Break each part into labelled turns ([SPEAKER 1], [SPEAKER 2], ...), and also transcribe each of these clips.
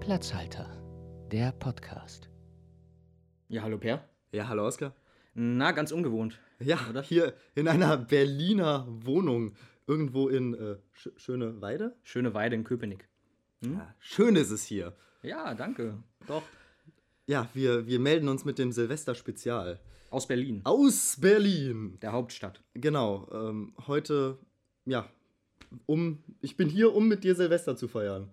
[SPEAKER 1] Platzhalter, der Podcast.
[SPEAKER 2] Ja, hallo Per.
[SPEAKER 3] Ja, hallo Oskar.
[SPEAKER 2] Na, ganz ungewohnt.
[SPEAKER 3] Ja,
[SPEAKER 2] Oder?
[SPEAKER 3] hier in einer Berliner Wohnung, irgendwo in äh, Sch Schöne Weide.
[SPEAKER 2] Schöne Weide in Köpenick.
[SPEAKER 3] Ja, schön ist es hier.
[SPEAKER 2] Ja, danke. Doch.
[SPEAKER 3] Ja, wir, wir melden uns mit dem Silvester-Spezial
[SPEAKER 2] Aus Berlin,
[SPEAKER 3] aus Berlin.
[SPEAKER 2] der Hauptstadt.
[SPEAKER 3] Genau, ähm, heute, ja, um, ich bin hier, um mit dir Silvester zu feiern.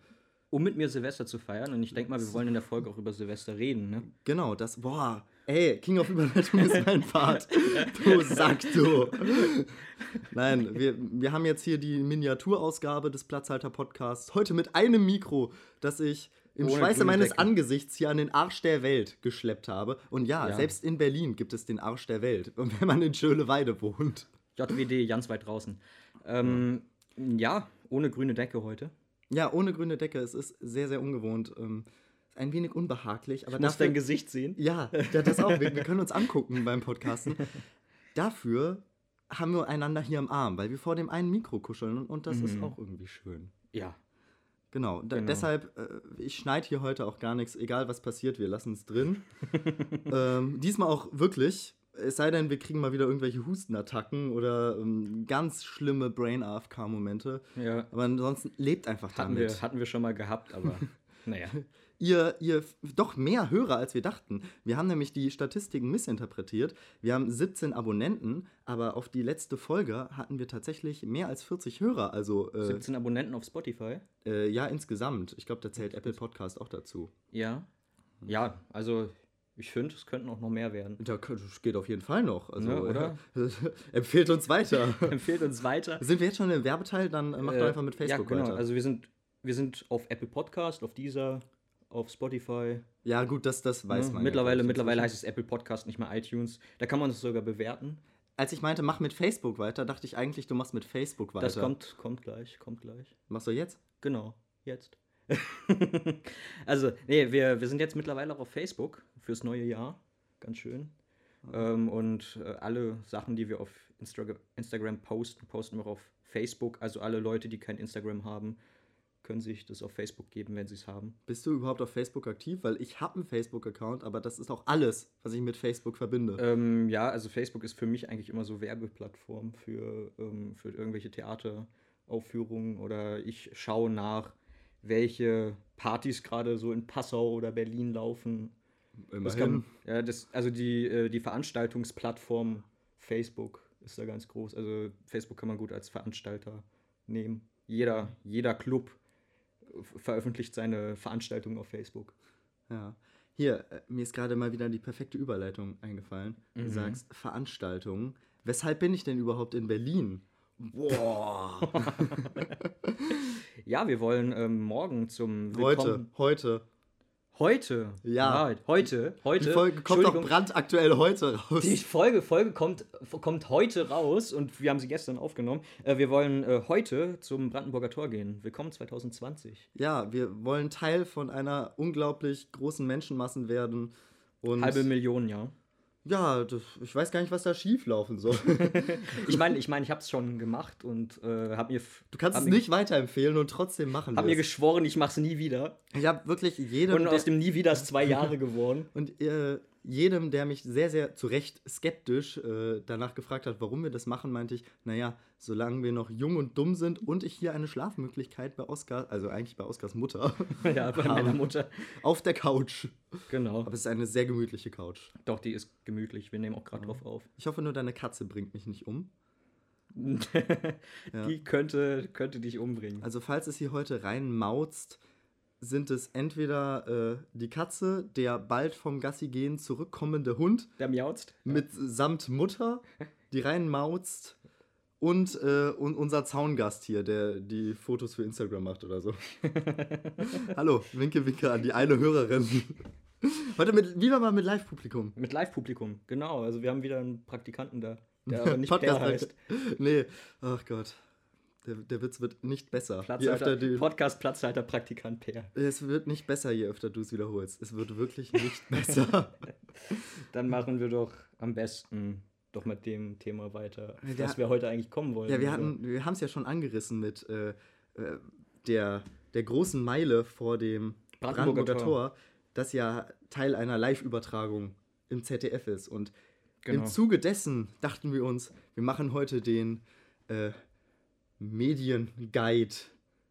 [SPEAKER 2] Um mit mir Silvester zu feiern. Und ich denke mal, wir wollen in der Folge auch über Silvester reden, ne?
[SPEAKER 3] Genau, das, boah, ey, King of Überleitung ist mein Part. Du Sack, du. Nein, wir, wir haben jetzt hier die Miniaturausgabe des Platzhalter-Podcasts. Heute mit einem Mikro, das ich im
[SPEAKER 2] Ohne
[SPEAKER 3] Schweiße meines
[SPEAKER 2] Gründecke.
[SPEAKER 3] Angesichts hier an den Arsch der Welt geschleppt habe. Und ja,
[SPEAKER 2] Ja.
[SPEAKER 3] selbst in Berlin gibt es den Arsch der Welt, wenn man in Schöneweide wohnt.
[SPEAKER 2] JWD, ganz weit draußen. Ähm, ja, ohne grüne Decke heute.
[SPEAKER 3] Ja, ohne grüne Decke, es ist sehr, sehr ungewohnt. Ähm, ein wenig unbehaglich, aber
[SPEAKER 2] Ich muss
[SPEAKER 3] dafür-
[SPEAKER 2] dein Gesicht sehen.
[SPEAKER 3] Ja, ja, das auch. Wir, wir können uns angucken beim Podcasten. Dafür haben wir einander hier am Arm, weil wir vor dem einen Mikro kuscheln und, und das ist
[SPEAKER 2] Mhm.
[SPEAKER 3] auch irgendwie schön.
[SPEAKER 2] Ja.
[SPEAKER 3] Genau, da,
[SPEAKER 2] Genau.
[SPEAKER 3] deshalb, äh, ich schneide hier heute auch gar nichts, egal was passiert, wir lassen es drin. ähm, diesmal auch wirklich, es sei denn, wir kriegen mal wieder irgendwelche Hustenattacken oder ähm, ganz schlimme Brain-AFK-Momente.
[SPEAKER 2] ja.
[SPEAKER 3] Aber ansonsten lebt einfach
[SPEAKER 2] Hatten,
[SPEAKER 3] damit.
[SPEAKER 2] wir, hatten wir schon mal gehabt, aber naja.
[SPEAKER 3] ihr, ihr doch mehr Hörer, als wir dachten. Wir haben nämlich die Statistiken missinterpretiert. Wir haben 17 Abonnenten, aber auf die letzte Folge hatten wir tatsächlich mehr als 40 Hörer. Also äh,
[SPEAKER 2] 17 Abonnenten auf Spotify.
[SPEAKER 3] äh, ja, insgesamt. Ich glaube, da zählt Apple Podcast auch dazu.
[SPEAKER 2] Ja. Ja, also ich finde, es könnten auch noch mehr werden.
[SPEAKER 3] Da k- das geht auf jeden Fall noch. Also
[SPEAKER 2] Ne, oder?
[SPEAKER 3] äh, empfehlt uns weiter.
[SPEAKER 2] Empfehlt uns weiter.
[SPEAKER 3] Sind wir jetzt schon im Werbeteil? Dann äh, macht doch
[SPEAKER 2] Äh,
[SPEAKER 3] einfach mit Facebook
[SPEAKER 2] ja, genau.
[SPEAKER 3] weiter.
[SPEAKER 2] Also wir sind, wir sind auf Apple Podcast, auf Deezer, auf Spotify.
[SPEAKER 3] ja, gut, das, das weiß
[SPEAKER 2] ne?
[SPEAKER 3] man.
[SPEAKER 2] mittlerweile
[SPEAKER 3] ja, glaub ich,
[SPEAKER 2] mittlerweile
[SPEAKER 3] inzwischen.
[SPEAKER 2] heißt es Apple Podcast, nicht mehr iTunes. Da kann man es sogar bewerten.
[SPEAKER 3] Als ich meinte, mach mit Facebook weiter, dachte ich eigentlich, du machst mit Facebook weiter.
[SPEAKER 2] Das kommt, kommt gleich, kommt gleich.
[SPEAKER 3] Machst du jetzt?
[SPEAKER 2] Genau, jetzt. also, nee, wir, wir sind jetzt mittlerweile auch auf Facebook fürs neue Jahr. Ganz schön. Ähm, und äh, alle Sachen, die wir auf Instra Instagram posten, posten wir auch auf Facebook. Also alle Leute, die kein Instagram haben, können sich das auf Facebook geben, wenn sie es haben.
[SPEAKER 3] Bist du überhaupt auf Facebook aktiv? Weil ich habe einen Facebook-Account, aber das ist auch alles, was ich mit Facebook verbinde.
[SPEAKER 2] Ähm, ja, also Facebook ist für mich eigentlich immer so Werbeplattform für, ähm, für irgendwelche Theateraufführungen oder ich schaue nach, welche Partys gerade so in Passau oder Berlin laufen. Das kann, ja, das, also die, äh, die Veranstaltungsplattform Facebook ist da ganz groß. Also Facebook kann man gut als Veranstalter nehmen. Jeder, jeder Club äh, veröffentlicht seine Veranstaltung auf Facebook.
[SPEAKER 3] Ja. Hier, äh, mir ist gerade mal wieder die perfekte Überleitung eingefallen. Du
[SPEAKER 2] Mhm.
[SPEAKER 3] sagst Veranstaltungen. Weshalb bin ich denn überhaupt in Berlin? Boah.
[SPEAKER 2] Ja, wir wollen ähm, morgen zum
[SPEAKER 3] heute, heute.
[SPEAKER 2] Heute. Ah,
[SPEAKER 3] Ja.
[SPEAKER 2] heute. Heute.
[SPEAKER 3] Die Folge kommt doch
[SPEAKER 2] Entschuldigung.
[SPEAKER 3] brandaktuell heute raus.
[SPEAKER 2] Die Folge, Folge kommt, kommt heute raus und wir haben sie gestern aufgenommen. Äh, wir wollen äh, heute zum Brandenburger Tor gehen. Willkommen 2020.
[SPEAKER 3] Ja, wir wollen Teil von einer unglaublich großen Menschenmassen werden. Und
[SPEAKER 2] Halbe Million, ja.
[SPEAKER 3] ja, das, ich weiß gar nicht, was da schief laufen soll.
[SPEAKER 2] Ich meine, ich, mein, ich habe es schon gemacht und äh, habe mir, f-
[SPEAKER 3] Du kannst
[SPEAKER 2] hab
[SPEAKER 3] es
[SPEAKER 2] mir-
[SPEAKER 3] nicht weiterempfehlen und trotzdem machen
[SPEAKER 2] hab
[SPEAKER 3] wir
[SPEAKER 2] mir
[SPEAKER 3] es.
[SPEAKER 2] geschworen, ich mache es nie wieder.
[SPEAKER 3] Ich habe wirklich jedem,
[SPEAKER 2] Und
[SPEAKER 3] Genau, der,
[SPEAKER 2] aus dem Nie wieder ist zwei Jahre geworden.
[SPEAKER 3] und, äh, jedem, der mich sehr, sehr zu Recht skeptisch äh, danach gefragt hat, warum wir das machen, meinte ich, naja, solange wir noch jung und dumm sind und ich hier eine Schlafmöglichkeit bei Oskar, also eigentlich bei Oskars Mutter,
[SPEAKER 2] ja, bei meiner Mutter.
[SPEAKER 3] auf der Couch.
[SPEAKER 2] Genau.
[SPEAKER 3] Aber es ist eine sehr gemütliche Couch.
[SPEAKER 2] Doch, die ist gemütlich. Wir nehmen auch gerade drauf auf.
[SPEAKER 3] Ich hoffe nur, deine Katze bringt mich nicht um. Ja.
[SPEAKER 2] Die könnte, könnte dich umbringen.
[SPEAKER 3] Also falls es hier heute reinmauzt, sind es entweder äh, die Katze, der bald vom Gassi gehen zurückkommende Hund
[SPEAKER 2] Der miauzt.
[SPEAKER 3] mit samt Mutter, die reinmauzt und, äh, und unser Zaungast hier, der die Fotos für Instagram macht oder so. Hallo, winke, winke an die eine Hörerin. Heute mit, wieder mal mit Live-Publikum.
[SPEAKER 2] Mit Live-Publikum, genau. Also wir haben wieder einen Praktikanten da, der aber nicht
[SPEAKER 3] Podcast-
[SPEAKER 2] Per heißt.
[SPEAKER 3] Nee, ach Gott. Der, der Witz wird nicht besser. Je öfter
[SPEAKER 2] Platzhalter,
[SPEAKER 3] die,
[SPEAKER 2] Podcast Platzhalter Praktikant Per.
[SPEAKER 3] es wird nicht besser, je öfter du es wiederholst. Es wird wirklich nicht besser.
[SPEAKER 2] Dann machen wir doch am besten doch mit dem Thema weiter, auf
[SPEAKER 3] Wir
[SPEAKER 2] das
[SPEAKER 3] hatten-
[SPEAKER 2] wir heute eigentlich kommen wollen. Also
[SPEAKER 3] Ja, wir hatten, wir äh, haben es ja schon angerissen mit äh, äh, der, der großen Meile vor dem
[SPEAKER 2] Brandenburger,
[SPEAKER 3] Brandenburger Tor, das ja Teil einer Live-Übertragung im ZDF ist. Und
[SPEAKER 2] Genau.
[SPEAKER 3] im Zuge dessen dachten wir uns, wir machen heute den äh, Medienguide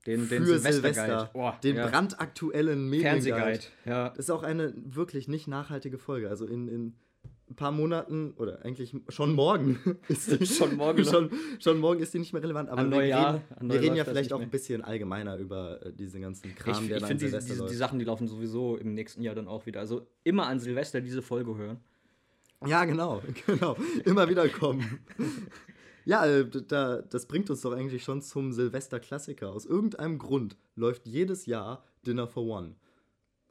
[SPEAKER 2] Den, den
[SPEAKER 3] für
[SPEAKER 2] Silvester.
[SPEAKER 3] Silvester.
[SPEAKER 2] Oh,
[SPEAKER 3] den
[SPEAKER 2] ja.
[SPEAKER 3] brandaktuellen Medienguide.
[SPEAKER 2] Fernsehguide. Ja.
[SPEAKER 3] Das ist auch eine wirklich nicht nachhaltige Folge. Also in, in ein paar Monaten oder eigentlich schon morgen ist die,
[SPEAKER 2] Schon morgen. ne?
[SPEAKER 3] schon, schon morgen ist die nicht mehr relevant. Aber
[SPEAKER 2] An
[SPEAKER 3] wir
[SPEAKER 2] Neujahr-
[SPEAKER 3] reden,
[SPEAKER 2] an
[SPEAKER 3] wir
[SPEAKER 2] Neujahr
[SPEAKER 3] reden ja
[SPEAKER 2] läuft das
[SPEAKER 3] vielleicht
[SPEAKER 2] nicht
[SPEAKER 3] auch
[SPEAKER 2] mehr.
[SPEAKER 3] ein bisschen allgemeiner über äh, diesen ganzen Kram,
[SPEAKER 2] Ich,
[SPEAKER 3] der
[SPEAKER 2] ich
[SPEAKER 3] dann
[SPEAKER 2] finde, die,
[SPEAKER 3] Silvester
[SPEAKER 2] die, die
[SPEAKER 3] läuft.
[SPEAKER 2] Sachen, die laufen sowieso im nächsten Jahr dann auch wieder. Also immer an Silvester diese Folge hören.
[SPEAKER 3] Ja, genau, genau. Immer wieder kommen. Ja, äh, d- da, das bringt uns doch eigentlich schon zum Silvester-Klassiker. Aus irgendeinem Grund läuft jedes Jahr Dinner for One.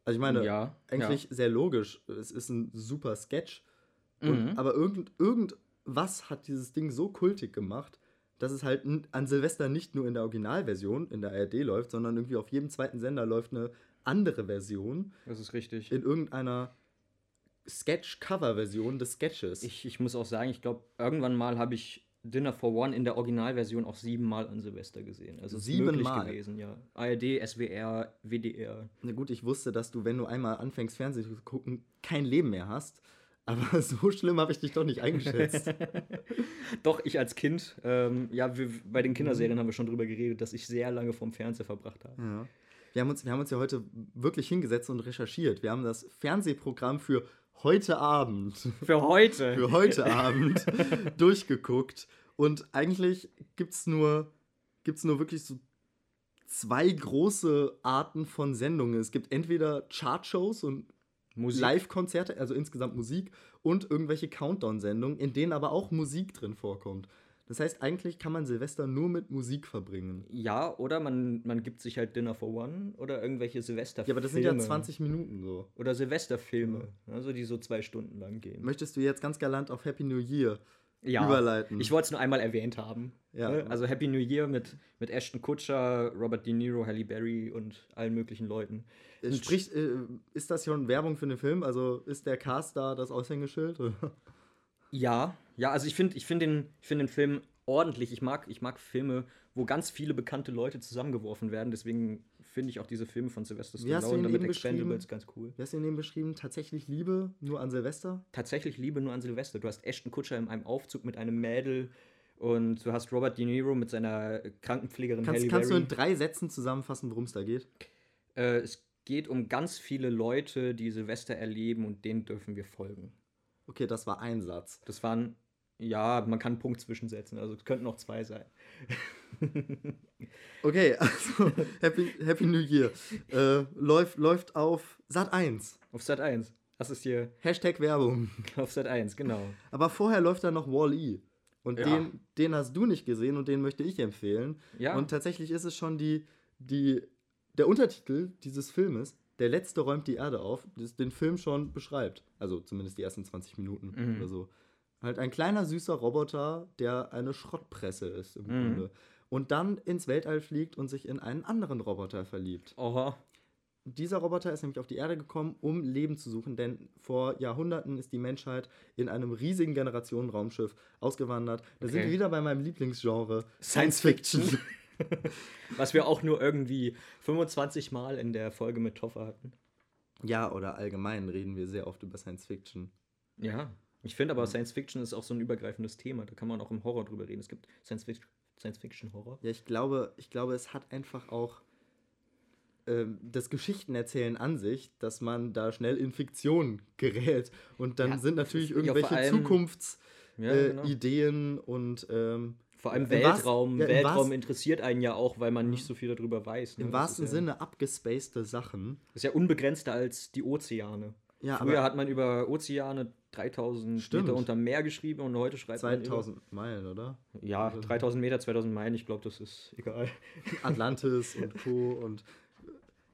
[SPEAKER 3] Also ich meine,
[SPEAKER 2] ja.
[SPEAKER 3] eigentlich sehr logisch. Es ist ein super Sketch. Und,
[SPEAKER 2] Mhm.
[SPEAKER 3] Aber irgend, irgendwas hat dieses Ding so kultig gemacht, dass es halt n- an Silvester nicht nur in der Originalversion in der ARD läuft, sondern irgendwie auf jedem zweiten Sender läuft eine andere Version
[SPEAKER 2] Ja, das ist richtig.
[SPEAKER 3] in irgendeiner Sketch-Cover-Version des Sketches.
[SPEAKER 2] Ich, ich muss auch sagen, ich glaube, irgendwann mal habe ich Dinner for One in der Originalversion auch siebenmal an Silvester gesehen. Also es ist möglich
[SPEAKER 3] Siebenmal?
[SPEAKER 2] gewesen, ja. ARD, SWR, WDR.
[SPEAKER 3] Na gut, ich wusste, dass du, wenn du einmal anfängst, Fernsehen zu gucken, kein Leben mehr hast. Aber so schlimm habe ich dich doch nicht eingeschätzt.
[SPEAKER 2] Doch, ich als Kind, ähm, ja, wir, bei den Kinderserien haben wir schon drüber geredet, dass ich sehr lange vom Fernseher verbracht habe.
[SPEAKER 3] Ja. Wir haben, uns, wir haben uns ja heute wirklich hingesetzt und recherchiert. Wir haben das Fernsehprogramm für heute Abend,
[SPEAKER 2] Für heute.
[SPEAKER 3] für heute Abend durchgeguckt. Und eigentlich gibt es nur, gibt's nur wirklich so zwei große Arten von Sendungen. Es gibt entweder Chartshows und
[SPEAKER 2] Musik.
[SPEAKER 3] Live-Konzerte, also insgesamt Musik und irgendwelche Countdown-Sendungen, in denen aber auch Musik drin vorkommt. Das heißt, eigentlich kann man Silvester nur mit Musik verbringen.
[SPEAKER 2] Ja, oder man, man gibt sich halt Dinner for One oder irgendwelche Silvesterfilme.
[SPEAKER 3] Ja, aber das sind ja 20 Minuten so.
[SPEAKER 2] Oder Silvesterfilme, also die so zwei Stunden lang gehen.
[SPEAKER 3] Möchtest du jetzt ganz galant auf Happy New Year
[SPEAKER 2] Ja.
[SPEAKER 3] überleiten?
[SPEAKER 2] Ich wollte es nur einmal erwähnt haben.
[SPEAKER 3] Ja.
[SPEAKER 2] Ne? Also Happy New Year mit, mit Ashton Kutcher, Robert De Niro, Halle Berry und allen möglichen Leuten.
[SPEAKER 3] Äh, Sprich, äh, ist das schon Werbung für den Film? Also ist der Cast da das Aushängeschild?
[SPEAKER 2] Ja, ja, also ich finde ich find den, ich find den Film ordentlich. Ich mag, ich mag Filme, wo ganz viele bekannte Leute zusammengeworfen werden. Deswegen finde ich auch diese Filme von Sylvester
[SPEAKER 3] Wie hast du
[SPEAKER 2] Stallone
[SPEAKER 3] ihn
[SPEAKER 2] damit
[SPEAKER 3] eben
[SPEAKER 2] Expendables ganz cool.
[SPEAKER 3] Wer ist in dem beschrieben? Tatsächlich Liebe nur an Silvester?
[SPEAKER 2] tatsächlich Liebe nur an Silvester. Du hast Ashton Kutscher in einem Aufzug mit einem Mädel und du hast Robert De Niro mit seiner Krankenpflegerin
[SPEAKER 3] Kannst,
[SPEAKER 2] Halle
[SPEAKER 3] kannst du
[SPEAKER 2] Berry.
[SPEAKER 3] in drei Sätzen zusammenfassen, worum es da geht?
[SPEAKER 2] äh, es geht um ganz viele Leute, die Silvester erleben und denen dürfen wir folgen.
[SPEAKER 3] Okay, das war ein Satz.
[SPEAKER 2] Das waren, ja, man kann einen Punkt zwischensetzen, also es könnten auch zwei sein.
[SPEAKER 3] Okay, also Happy, Happy New Year. Äh, läuft, läuft auf Sat 1.
[SPEAKER 2] Auf Sat 1. Das ist hier
[SPEAKER 3] Hashtag Werbung.
[SPEAKER 2] auf Sat 1, genau.
[SPEAKER 3] Aber vorher läuft da noch Wall-E. Und
[SPEAKER 2] Ja.
[SPEAKER 3] den, den hast du nicht gesehen und den möchte ich empfehlen.
[SPEAKER 2] Ja.
[SPEAKER 3] Und tatsächlich ist es schon die, die, der Untertitel dieses Filmes, Der Letzte räumt die Erde auf, das den Film schon beschreibt. Also zumindest die ersten 20 Minuten
[SPEAKER 2] Mhm.
[SPEAKER 3] oder so. Halt ein kleiner, süßer Roboter, der eine Schrottpresse ist im
[SPEAKER 2] Mhm.
[SPEAKER 3] Grunde. Und dann ins Weltall fliegt und sich in einen anderen Roboter verliebt.
[SPEAKER 2] Oha.
[SPEAKER 3] Dieser Roboter ist nämlich auf die Erde gekommen, um Leben zu suchen, denn vor Jahrhunderten ist die Menschheit in einem riesigen Generationenraumschiff ausgewandert. Da sind
[SPEAKER 2] Okay.
[SPEAKER 3] wir wieder bei meinem Lieblingsgenre
[SPEAKER 2] Science
[SPEAKER 3] Fiction.
[SPEAKER 2] Was wir auch nur irgendwie 25 Mal in der Folge mit Toffer hatten.
[SPEAKER 3] ja, oder allgemein reden wir sehr oft über Science Fiction.
[SPEAKER 2] Ja, ich finde aber Science Fiction ist auch so ein übergreifendes Thema. Da kann man auch im Horror drüber reden. Es gibt Science Fiction. Science Fiction Horror.
[SPEAKER 3] Ja, ich glaube, ich glaube, es hat einfach auch ähm, das Geschichtenerzählen an sich, dass man da schnell in Fiktion gerät. Und dann
[SPEAKER 2] Ja,
[SPEAKER 3] sind natürlich
[SPEAKER 2] ja, vor
[SPEAKER 3] irgendwelche
[SPEAKER 2] allem- Ja, genau.
[SPEAKER 3] Zukunftsideen und ähm,
[SPEAKER 2] Vor allem
[SPEAKER 3] Äh, im
[SPEAKER 2] Weltraum.
[SPEAKER 3] wahrsten- ja, im
[SPEAKER 2] Weltraum
[SPEAKER 3] wahrsten-
[SPEAKER 2] interessiert einen ja auch, weil man nicht so viel darüber weiß. ne?
[SPEAKER 3] Im
[SPEAKER 2] Das
[SPEAKER 3] wahrsten
[SPEAKER 2] ist ja,
[SPEAKER 3] Sinne abgespacete Sachen.
[SPEAKER 2] Ist ja unbegrenzter als die Ozeane.
[SPEAKER 3] Ja,
[SPEAKER 2] Früher
[SPEAKER 3] aber
[SPEAKER 2] hat man über Ozeane 3000
[SPEAKER 3] Stimmt.
[SPEAKER 2] Meter unter Meer geschrieben und heute schreibt halt
[SPEAKER 3] 2000 Meilen, oder?
[SPEAKER 2] man. Über,
[SPEAKER 3] Also
[SPEAKER 2] ja, 3000 Meter, 2000 Meilen. Ich glaube, das ist egal.
[SPEAKER 3] Atlantis und Co. Und äh,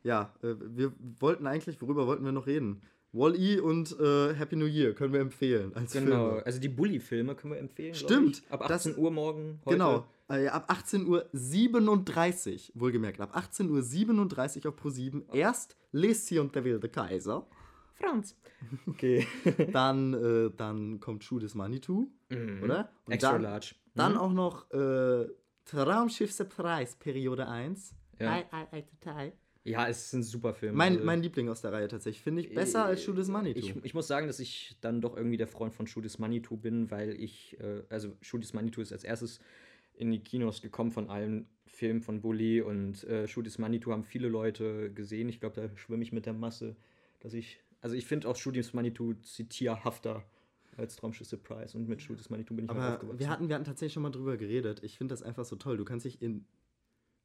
[SPEAKER 3] ja, äh, wir wollten eigentlich, worüber wollten wir noch reden? Wall-E und äh, Happy New Year können wir empfehlen als
[SPEAKER 2] Genau.
[SPEAKER 3] Filme.
[SPEAKER 2] Also die Bully-Filme können wir empfehlen. glaub
[SPEAKER 3] Stimmt,
[SPEAKER 2] Ich. Ab
[SPEAKER 3] das-
[SPEAKER 2] 18 Uhr morgen. Heute.
[SPEAKER 3] Genau. Äh, ab 18.37 Uhr, wohlgemerkt, ab 18.37 Uhr auf ProSieben erst Lesi und der wilde Kaiser,
[SPEAKER 2] Franz. Okay.
[SPEAKER 3] dann, äh, dann kommt Schuh des Manitou, oder? Und
[SPEAKER 2] Mhm. Extra
[SPEAKER 3] dann,
[SPEAKER 2] large. Mhm.
[SPEAKER 3] Dann auch noch äh, Traumschiff Surprise, Periode 1.
[SPEAKER 2] Ja.
[SPEAKER 3] Ei, ei, ei, ei, ei.
[SPEAKER 2] Ja, es ist ein super Film.
[SPEAKER 3] Mein,
[SPEAKER 2] also-
[SPEAKER 3] mein Liebling aus der Reihe tatsächlich, finde ich besser als Shoot is Money.
[SPEAKER 2] Äh, Ich,
[SPEAKER 3] Too.
[SPEAKER 2] ich muss sagen, dass ich dann doch irgendwie der Freund von Shoot is Manitou bin, weil ich, äh, also Shoot is Manitou ist als erstes in die Kinos gekommen von allen Filmen von Bully und äh, Shoot is Manitou haben viele Leute gesehen. Ich glaube, da schwimme ich mit der Masse, dass ich, also ich finde auch Shoot is Manitou zitierhafter als Traumschüsse Price und mit Shoot is Manitou bin ich mal
[SPEAKER 3] Aber
[SPEAKER 2] aufgewachsen.
[SPEAKER 3] wir hatten, wir hatten tatsächlich schon mal drüber geredet. Ich finde das einfach so toll. Du kannst dich in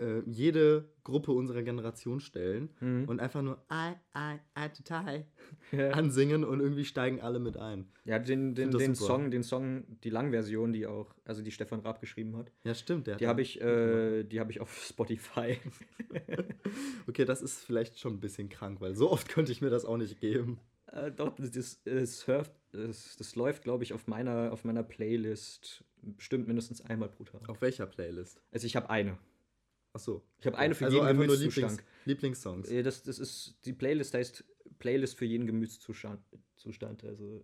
[SPEAKER 3] äh, jede Gruppe unserer Generation stellen
[SPEAKER 2] Mhm.
[SPEAKER 3] und einfach nur I, I, I, total
[SPEAKER 2] ja,
[SPEAKER 3] ansingen und irgendwie steigen alle mit ein.
[SPEAKER 2] ja, den, den,
[SPEAKER 3] Find das
[SPEAKER 2] den
[SPEAKER 3] super.
[SPEAKER 2] Song, den Song, die Langversion, die auch, also die Stefan Raab geschrieben hat,
[SPEAKER 3] Ja, stimmt. Der hat
[SPEAKER 2] die
[SPEAKER 3] da-
[SPEAKER 2] habe ich, äh, die habe ich auf Spotify.
[SPEAKER 3] Okay, das ist vielleicht schon ein bisschen krank, weil so oft könnte ich mir das auch nicht geben.
[SPEAKER 2] Äh, doch, das, das, äh, surft, das, das läuft, glaube ich, auf meiner, auf meiner Playlist bestimmt mindestens einmal pro Tag.
[SPEAKER 3] Auf welcher Playlist?
[SPEAKER 2] Also ich habe eine.
[SPEAKER 3] Ach so.
[SPEAKER 2] Ich habe eine für
[SPEAKER 3] also
[SPEAKER 2] jeden
[SPEAKER 3] einfach nur
[SPEAKER 2] Gemütszustand.
[SPEAKER 3] Lieblings Lieblingssongs.
[SPEAKER 2] Äh, Das, das ist, die Playlist heißt Playlist für jeden Gemütszustand. Zustand. Also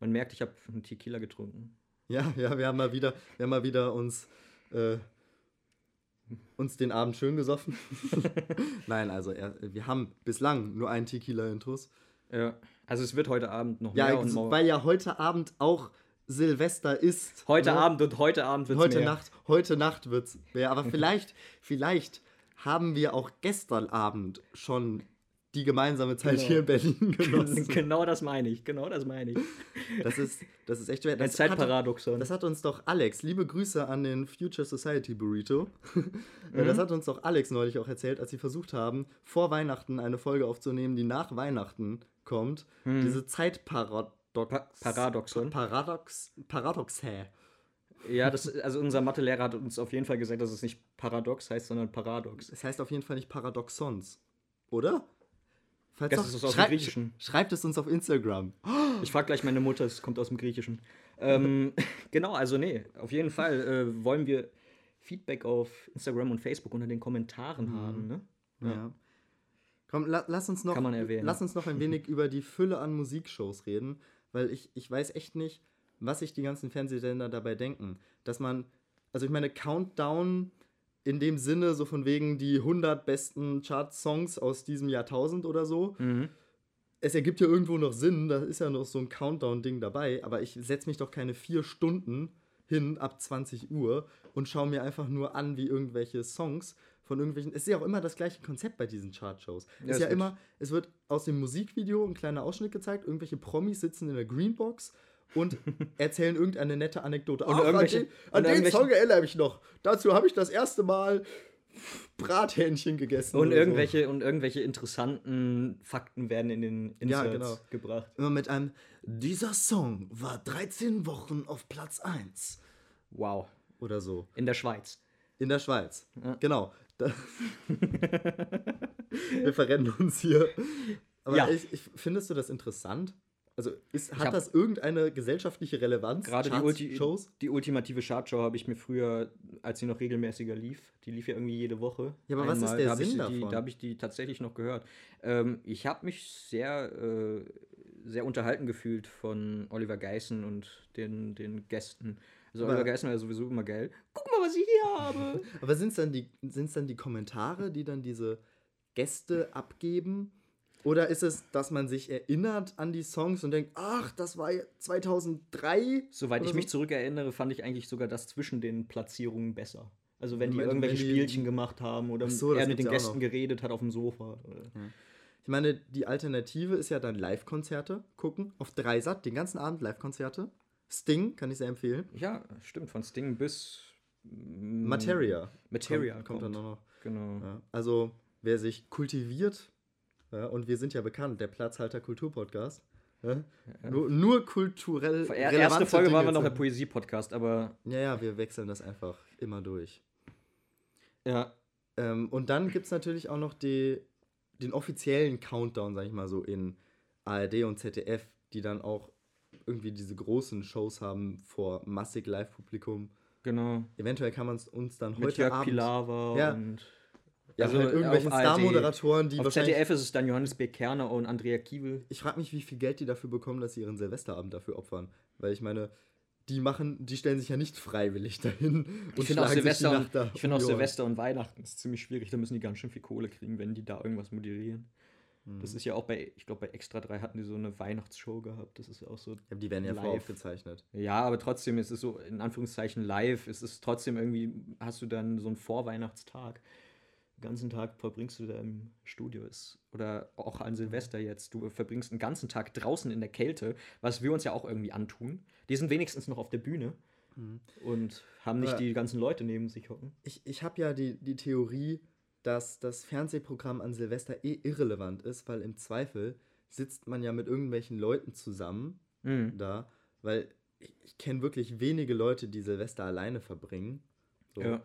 [SPEAKER 2] man merkt, ich habe einen Tequila getrunken.
[SPEAKER 3] Ja, ja, wir haben mal wieder, wir haben mal wieder uns, äh, uns den Abend schön gesoffen. Nein, also er, wir haben bislang nur einen Tequila-Intus.
[SPEAKER 2] Ja, also es wird heute Abend noch
[SPEAKER 3] Ja,
[SPEAKER 2] mehr und morgen.
[SPEAKER 3] weil ja heute Abend auch Silvester ist.
[SPEAKER 2] Heute
[SPEAKER 3] ne?
[SPEAKER 2] Abend und heute Abend wird
[SPEAKER 3] Heute
[SPEAKER 2] mehr.
[SPEAKER 3] Nacht, heute Nacht wird's mehr. Aber vielleicht, vielleicht haben wir auch gestern Abend schon die gemeinsame Zeit
[SPEAKER 2] Genau.
[SPEAKER 3] hier in Berlin genossen.
[SPEAKER 2] genau das meine ich. Genau das meine ich.
[SPEAKER 3] Das ist, das ist echt schwer.
[SPEAKER 2] Ein
[SPEAKER 3] Das hat-
[SPEAKER 2] Zeitparadoxon.
[SPEAKER 3] Das hat uns doch Alex, liebe Grüße an den Future Society Burrito. Äh,
[SPEAKER 2] Mhm.
[SPEAKER 3] Das hat uns doch Alex neulich auch erzählt, als sie versucht haben, vor Weihnachten eine Folge aufzunehmen, die nach Weihnachten kommt.
[SPEAKER 2] Mhm.
[SPEAKER 3] Diese Zeitparadox.
[SPEAKER 2] Pa- Paradoxon.
[SPEAKER 3] Pa- Paradox. Paradoxä.
[SPEAKER 2] Ja, das, also unser Mathelehrer hat uns auf jeden Fall gesagt, dass es nicht paradox heißt, sondern paradox.
[SPEAKER 3] Das heißt auf jeden Fall nicht Paradoxons. Oder? Falls
[SPEAKER 2] Das
[SPEAKER 3] doch-
[SPEAKER 2] ist aus dem
[SPEAKER 3] schrei-
[SPEAKER 2] Griechischen.
[SPEAKER 3] Schreibt es uns auf Instagram.
[SPEAKER 2] Ich frage gleich meine Mutter, es kommt aus dem Griechischen. Ähm, genau, also nee, auf jeden Fall äh, wollen wir Feedback auf Instagram und Facebook unter den Kommentaren haben. Ne?
[SPEAKER 3] Ja. Komm, la lass, uns noch,
[SPEAKER 2] Kann man erwähnen.
[SPEAKER 3] lass uns noch ein wenig über die Fülle an Musikshows reden, weil ich, ich weiß echt nicht, was sich die ganzen Fernsehsender dabei denken. Dass man, also ich meine, Countdown in dem Sinne, so von wegen die 100 besten Chart-Songs aus diesem Jahrtausend oder so, es ergibt ja irgendwo noch Sinn, da ist ja noch so ein Countdown-Ding dabei, aber ich setze mich doch keine vier Stunden hin ab 20 Uhr und schaue mir einfach nur an, wie irgendwelche Songs von irgendwelchen. Es ist ja auch immer das gleiche Konzept bei diesen Chartshows.
[SPEAKER 2] Ja,
[SPEAKER 3] es
[SPEAKER 2] es
[SPEAKER 3] ist ja
[SPEAKER 2] wird-
[SPEAKER 3] immer, es wird aus dem Musikvideo ein kleiner Ausschnitt gezeigt, irgendwelche Promis sitzen in der Greenbox und erzählen irgendeine nette Anekdote. Ach,
[SPEAKER 2] irgendwelche-
[SPEAKER 3] an den, an
[SPEAKER 2] und
[SPEAKER 3] den
[SPEAKER 2] irgendwelche-
[SPEAKER 3] Song erinnere ich mich noch. Dazu habe ich das erste Mal Brathähnchen gegessen.
[SPEAKER 2] Und,
[SPEAKER 3] oder so.
[SPEAKER 2] irgendwelche, und irgendwelche interessanten Fakten werden in den
[SPEAKER 3] Ja,
[SPEAKER 2] Inserts
[SPEAKER 3] genau.
[SPEAKER 2] gebracht.
[SPEAKER 3] Immer mit einem, dieser Song war 13 Wochen auf Platz 1.
[SPEAKER 2] Wow.
[SPEAKER 3] Oder so.
[SPEAKER 2] In der Schweiz.
[SPEAKER 3] In der Schweiz.
[SPEAKER 2] Ja.
[SPEAKER 3] Genau. Da Wir verrennen uns hier. Aber
[SPEAKER 2] Ja.
[SPEAKER 3] ich, ich, findest du das interessant? Also ist, hat
[SPEAKER 2] hab-
[SPEAKER 3] das irgendeine gesellschaftliche Relevanz?
[SPEAKER 2] Gerade die,
[SPEAKER 3] Charts,
[SPEAKER 2] Ulti
[SPEAKER 3] Shows?
[SPEAKER 2] die ultimative Chartshow habe ich mir früher, als sie noch regelmäßiger lief, die lief ja irgendwie jede Woche.
[SPEAKER 3] Ja, aber was ist der
[SPEAKER 2] da hab ich
[SPEAKER 3] Sinn
[SPEAKER 2] die,
[SPEAKER 3] davon?
[SPEAKER 2] Da habe ich die tatsächlich noch gehört. Ähm, ich habe mich sehr, äh, sehr unterhalten gefühlt von Oliver Geissen und den, den Gästen. Also
[SPEAKER 3] Aber-
[SPEAKER 2] Oliver Geissen war ja sowieso immer geil. Guck mal, was ich hier habe.
[SPEAKER 3] Aber sind es dann, die- sind's dann die Kommentare, die dann diese Gäste abgeben? Oder ist es, dass man sich erinnert an die Songs und denkt, ach, das war ja 2003?
[SPEAKER 2] Soweit
[SPEAKER 3] Oder
[SPEAKER 2] ich
[SPEAKER 3] so?
[SPEAKER 2] mich zurückerinnere, fand ich eigentlich sogar das zwischen den Platzierungen besser. Also wenn die
[SPEAKER 3] Wenn- wenn
[SPEAKER 2] irgendwelche
[SPEAKER 3] die-
[SPEAKER 2] Spielchen gemacht haben oder
[SPEAKER 3] Ach so, das
[SPEAKER 2] er mit den
[SPEAKER 3] gibt's ja auch
[SPEAKER 2] Gästen
[SPEAKER 3] noch.
[SPEAKER 2] geredet hat auf dem Sofa. Oder.
[SPEAKER 3] Ich meine, die Alternative ist ja dann Live-Konzerte gucken. Auf Dreisat, den ganzen Abend Live-Konzerte. Sting kann ich sehr empfehlen.
[SPEAKER 2] Ja, stimmt. Von Sting bis mm,
[SPEAKER 3] Materia.
[SPEAKER 2] Materia
[SPEAKER 3] kommt, kommt, dann auch noch.
[SPEAKER 2] Genau.
[SPEAKER 3] Ja. Also, wer sich kultiviert, ja, und wir sind ja bekannt, der Platzhalter Kulturpodcast. Ja? Nur, nur kulturell.
[SPEAKER 2] Er-
[SPEAKER 3] relevante
[SPEAKER 2] Erste Folge waren wir
[SPEAKER 3] Dinge
[SPEAKER 2] noch der
[SPEAKER 3] zu-
[SPEAKER 2] Poesie-Podcast, aber
[SPEAKER 3] Ja, ja, wir wechseln das einfach immer durch.
[SPEAKER 2] ja,
[SPEAKER 3] Ähm, und dann gibt es natürlich auch noch die, den offiziellen Countdown, sag ich mal so, in ARD und ZDF, die dann auch irgendwie diese großen Shows haben vor massig Live-Publikum.
[SPEAKER 2] genau.
[SPEAKER 3] Eventuell kann man es uns dann
[SPEAKER 2] Mit
[SPEAKER 3] heute
[SPEAKER 2] Jörg
[SPEAKER 3] Abend...
[SPEAKER 2] Pilawa
[SPEAKER 3] Ja.
[SPEAKER 2] und
[SPEAKER 3] Ja,
[SPEAKER 2] also
[SPEAKER 3] also halt irgendwelchen
[SPEAKER 2] auf ARD.
[SPEAKER 3] Star-Moderatoren, die
[SPEAKER 2] auf
[SPEAKER 3] wahrscheinlich...
[SPEAKER 2] ZDF ist es dann Johannes B. Kerner und Andrea Kiewel.
[SPEAKER 3] Ich frage mich, wie viel Geld die dafür bekommen, dass sie ihren Silvesterabend dafür opfern. Weil ich meine, die machen, die stellen sich ja nicht freiwillig dahin und
[SPEAKER 2] Ich finde auch,
[SPEAKER 3] schlagen sich die
[SPEAKER 2] Silvester
[SPEAKER 3] Nacht da
[SPEAKER 2] und- ich finde auch
[SPEAKER 3] um die Ohren.
[SPEAKER 2] Silvester und Weihnachten ist ziemlich schwierig. Da müssen die ganz schön viel Kohle kriegen, wenn die da irgendwas moderieren.
[SPEAKER 3] Mhm.
[SPEAKER 2] Das ist ja auch bei, ich glaube, bei Extra 3 hatten die so eine Weihnachtsshow gehabt. Das ist ja auch so.
[SPEAKER 3] Ja, die werden ja
[SPEAKER 2] live.
[SPEAKER 3] voraufgezeichnet.
[SPEAKER 2] Ja, aber trotzdem ist es so, in Anführungszeichen, live. Es ist trotzdem irgendwie, hast du dann so einen Vorweihnachtstag. Den ganzen Tag verbringst du da im Studio. Ist, oder auch an Silvester jetzt. Du verbringst einen ganzen Tag draußen in der Kälte, was wir uns ja auch irgendwie antun. Die sind wenigstens noch auf der Bühne und haben nicht
[SPEAKER 3] Aber-
[SPEAKER 2] die ganzen Leute neben sich hocken.
[SPEAKER 3] Ich, ich habe ja die, die Theorie, dass das Fernsehprogramm an Silvester eh irrelevant ist, weil im Zweifel sitzt man ja mit irgendwelchen Leuten zusammen da, weil ich, ich kenne wirklich wenige Leute, die Silvester alleine verbringen. So.
[SPEAKER 2] Ja,